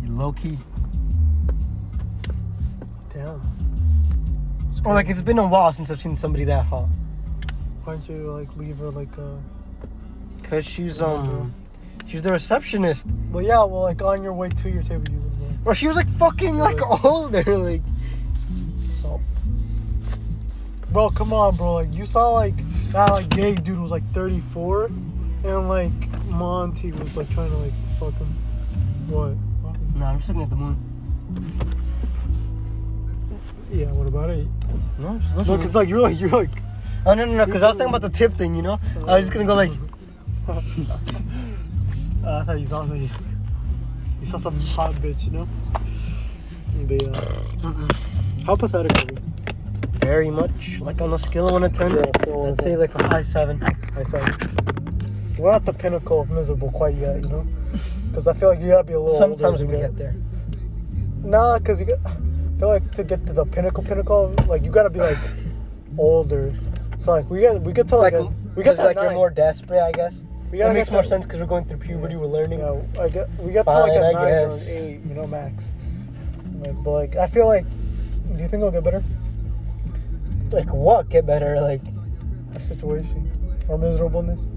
low-key
Damn.
or like it's been a while since i've seen somebody that hot
Why don't you like leave her like uh
because she's um
Uh-huh.
she was the receptionist
Well yeah, well like on your way to your table you would like
or she was like fucking like older like
so Bro, come on bro, like you saw like that like gay dude was like thirty four and like Monty was like trying to like fucking what? Huh?
no i'm just looking at the moon
Yeah, what about it?
no I'm just
No,
looking-
cause like you're like you're like
oh no no no because i was thinking about the tip thing you know i was just gonna go like
Uh, I thought you saw some, you saw some hot bitch, you know? But yeah. How pathetic are we?
Very much. Like on a scale of 1 to 10, I'd say like a high 7.
I said, we're at the pinnacle of miserable quite yet, you know? Because I feel like you gotta be a little
Sometimes
older
we
to
get there.
Nah, because you get, I feel like to get to the pinnacle, pinnacle, like you gotta be like older. So like we get we get to like,
Like,
a, we get to
like
nine.
you're more desperate, I guess.
we
It
gotta
makes
get
more
to-
sense because we're going through puberty, we're learning.
Yeah, I get, we get to like
Fine,
a
I
nine or an
guess.
eight, you know, max. Like, but like I feel like, do you think it'll get better?
Like what get better? Like,
situation or miserableness.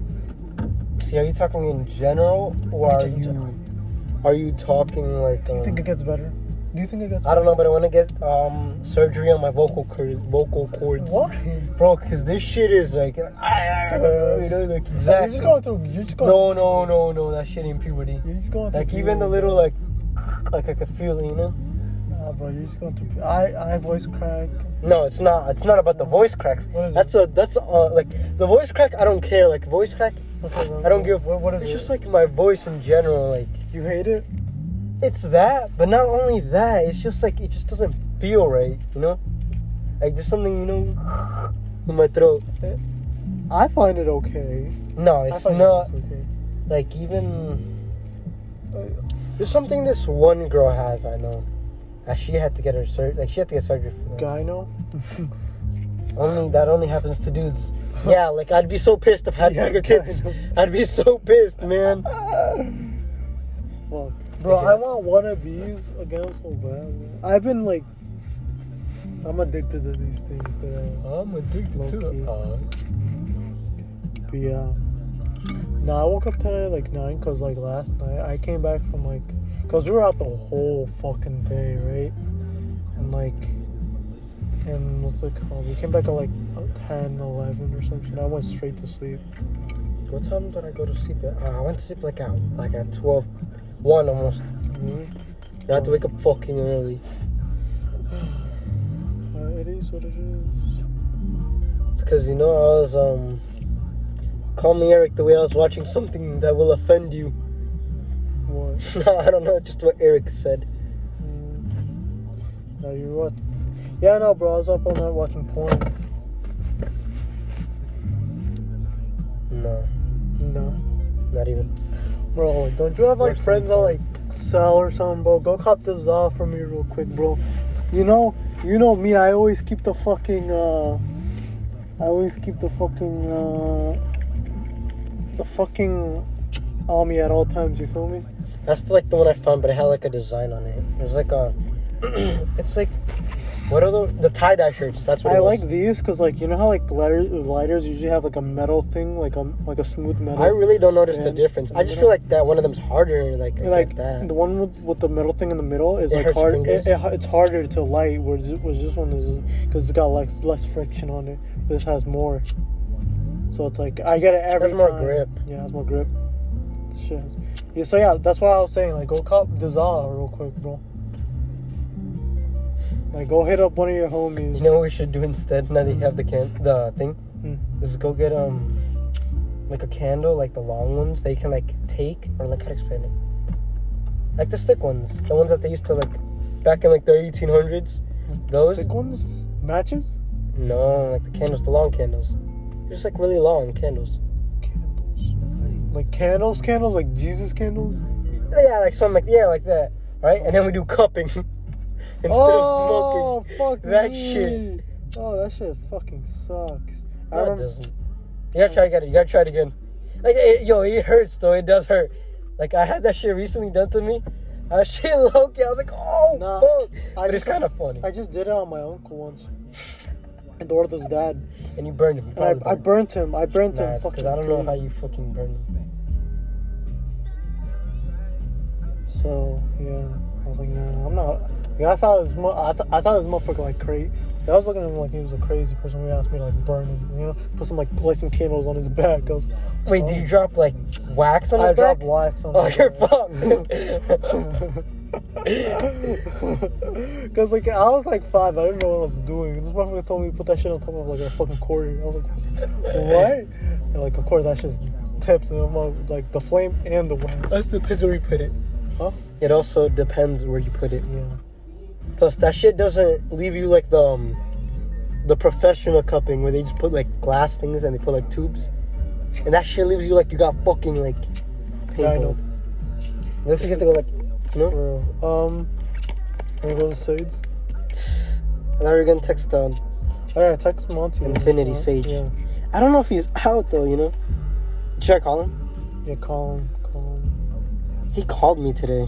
see, are you talking in general or are
Just in general.
you are you talking like?
Do you
um,
think it gets better? Do you think it gets
I
better?
don't know, but I want to get um surgery on my vocal cord, vocal cords.
What?
bro? Because this shit is like, I, I don't know, you know, like
You're
exactly.
just going through. You're just going.
No, no, no, no, that shit in puberty.
You're just going through.
Like even the
puberty.
little like like I could feel it, you know.
Nah, bro. You're just going through. pu- I I voice crack.
No, it's not. It's not about the voice cracks.
What is
that's a that's a, uh, like the voice crack. I don't care. Like voice crack,
Okay, no,
I don't give.
What, what is
it's
it?
just like my voice in general. Like
you hate it.
it's that, but not only that. It's just like it just doesn't feel right. You know, like there's something you know in my throat.
I find it okay.
No,
I
it's
find
not.
It okay.
Like even
Oh,
there's something this one girl has. I know. Uh, she had to get her sur- like she had to get surgery for that.
Gyno.
Only that only happens to dudes. Yeah, like I'd be so pissed if I had
Yeah,
bigger tits.
kind
I'd be so pissed, man.
Fuck, bro. I want one of these again so bad. Man. I've been like. I'm addicted to these things. That I,
I'm addicted
to it.
Uh,
But yeah. Nah, I woke up today at like 9 because like last night I came back from like. Because we were out the whole fucking day, right? And like. And what's it called? We came back at like 10, 11 or something. I went straight to sleep.
what time did I go to sleep? At? Uh, I went to sleep like at like at 12, 1 almost.
Really?
And I had to wake up fucking early.
Uh, it is what it is.
It's because you know I was um. Call me Eric the way I was watching something that will offend you.
What?
I don't know, just what Eric said.
Mm. No, you're what? Yeah, no, bro. I was up all night watching porn.
No,
No.
not even.
Bro, like, don't you have like
Worse than
friends that
porn.
like sell or something, bro? Go cop this off for me real quick, bro. You know, you know me. I always keep the fucking. uh I always keep the fucking. uh The fucking. On me at all times. You feel me?
That's like the one I found, but it had like a design on it. It was like a. it's like. What are the the tie dye shirts? That's what
I
it was.
like these because like you know how like lighter, lighters usually have like a metal thing, like a like a smooth metal.
I really don't notice the
Man,
difference. I
you
just
know?
feel like that one of them's harder. Like, I
And, like
get that.
the one with, with the metal thing in the middle is
It
like
hurts your
hard. It,
fingers.
it, it's harder to light. Whereas whereas this one is because it's got less less friction on it. This has more, so it's like I get it every
has more
time.
grip.
Yeah, it has more grip. Shit. has- Yeah, so yeah, that's what I was saying. Like, go cop Dizal real quick, bro. Like, go hit up one of your homies.
You know what we should do instead? Now that you have the can the thing,
Hmm.
is go get um like a candle, like the long ones that you can like take or like how to explain it. Like the stick ones, the ones that they used to like back in like the eighteen hundreds. Those
stick ones, matches.
No, like the candles, the long candles. They're just like really long candles.
Candles. Like candles, candles, like Jesus candles.
Yeah, like something like yeah, like that, right? And then we do cupping instead
oh,
of smoking.
fuck
that
me.
shit.
Oh, that shit fucking sucks. I
No, it
remember-
doesn't. You gotta try again. You gotta try it again. Like it, yo, it hurts though. It does hurt. Like I had that shit recently done to me. I was shit low key. I was like, oh
Nah,
fuck.
I
but it's
just-
kind of funny.
I just did it on my uncle once. Eduardo's dad.
and you burned him. You
And I, I
probably
burnt him. I burnt
burned him. Nah,
him.
it's 'cause
Fucking
I don't know
crazy.
how you fucking burned him.
So yeah, I was like, nah, I'm not. Like, I saw this. Mo- I, th- I saw this motherfucker like crazy. I was looking at him like he was a crazy person. When he asked me to like burn him, you know, put some like light some candles on his back. I was, oh.
Wait, did you drop like wax on his
I
back?
dropped wax on.
Oh,
his
you're
back.
fucked.
Cause like I was like five, I didn't know what I was doing. This motherfucker told me to put that shit on top of like a fucking quarter. I was like, what? And, like of course that shit's tipped and I'm like, like the flame and the wax.
That's depends where you put it.
Huh?
It also depends where you put it.
Yeah.
Plus, that shit doesn't leave you like the um, the professional cupping where they just put like glass things and they put like tubes, and that shit leaves you like you got fucking like
Yeah, I know.
paintball. Looks like you have to go like, you know.
For real. Um, wanna go to Sades?
I thought we were gonna text um.
Oh yeah, text Monty.
Infinity
Uh,
Sage.
Yeah.
I don't know if he's out though. You know. Should I call him?
Yeah, call him. Call him.
He called me today.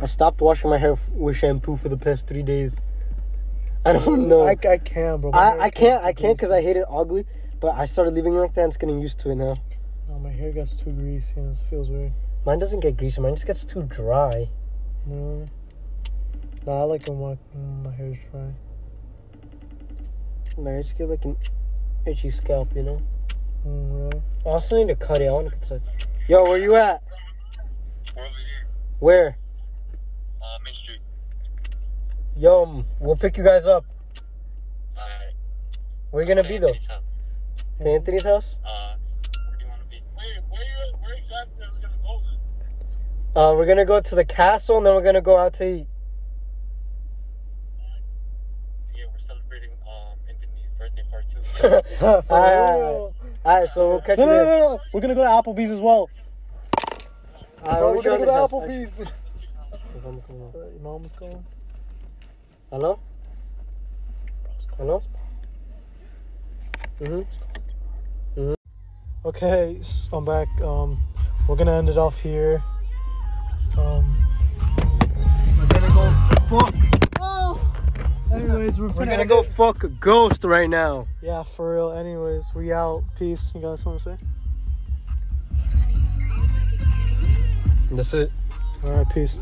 I stopped washing my hair f- with shampoo for the past three days. I don't know.
I, I can't, bro. My hair
Oh, I, I can't
gets
I
too
can't because I
greasy.
hate it ugly, but I started living like that and it's getting used to it now.
No, my hair gets too greasy and it feels weird.
Mine doesn't get greasy, mine just gets too dry.
Really? Nah, I like when my, when my hair's dry.
Like, I just get like an itchy scalp, you know?
Mm, really?
I also need to cut it. I want to cut it. Yo, where you at?
We're over here,
Where?
uh, Main Street.
Yo, um, we'll pick you guys up.
Alright.
Where you gonna
So
be
you
though?
think it's house.
To Anthony's house?
Uh, where do you want to be? Wait, where, you- where exactly are we gonna go then?
Uh, we're gonna go to the castle and then we're gonna go out to eat.
Yeah, we're celebrating um Anthony's birthday part two.
For
Alright,
real.
alright, so we'll catch
No,
you
no, no,
there.
no, no. We're gonna go to Applebee's as well. Bro,
Alright, we'll
we're
show
gonna go
you this
to Applebee's.
house. Alright.
uh, Your mom's calling.
Hello? Hello? Mm-hmm.
Okay, s- I'm back. Um, we're gonna end it off here. Um, we're gonna go fuck. Anyways, we're,
We're gonna go fuck a ghost right now.
Yeah, for real. Anyways, we out. Peace. You guys want to say?
That's it.
All right, peace.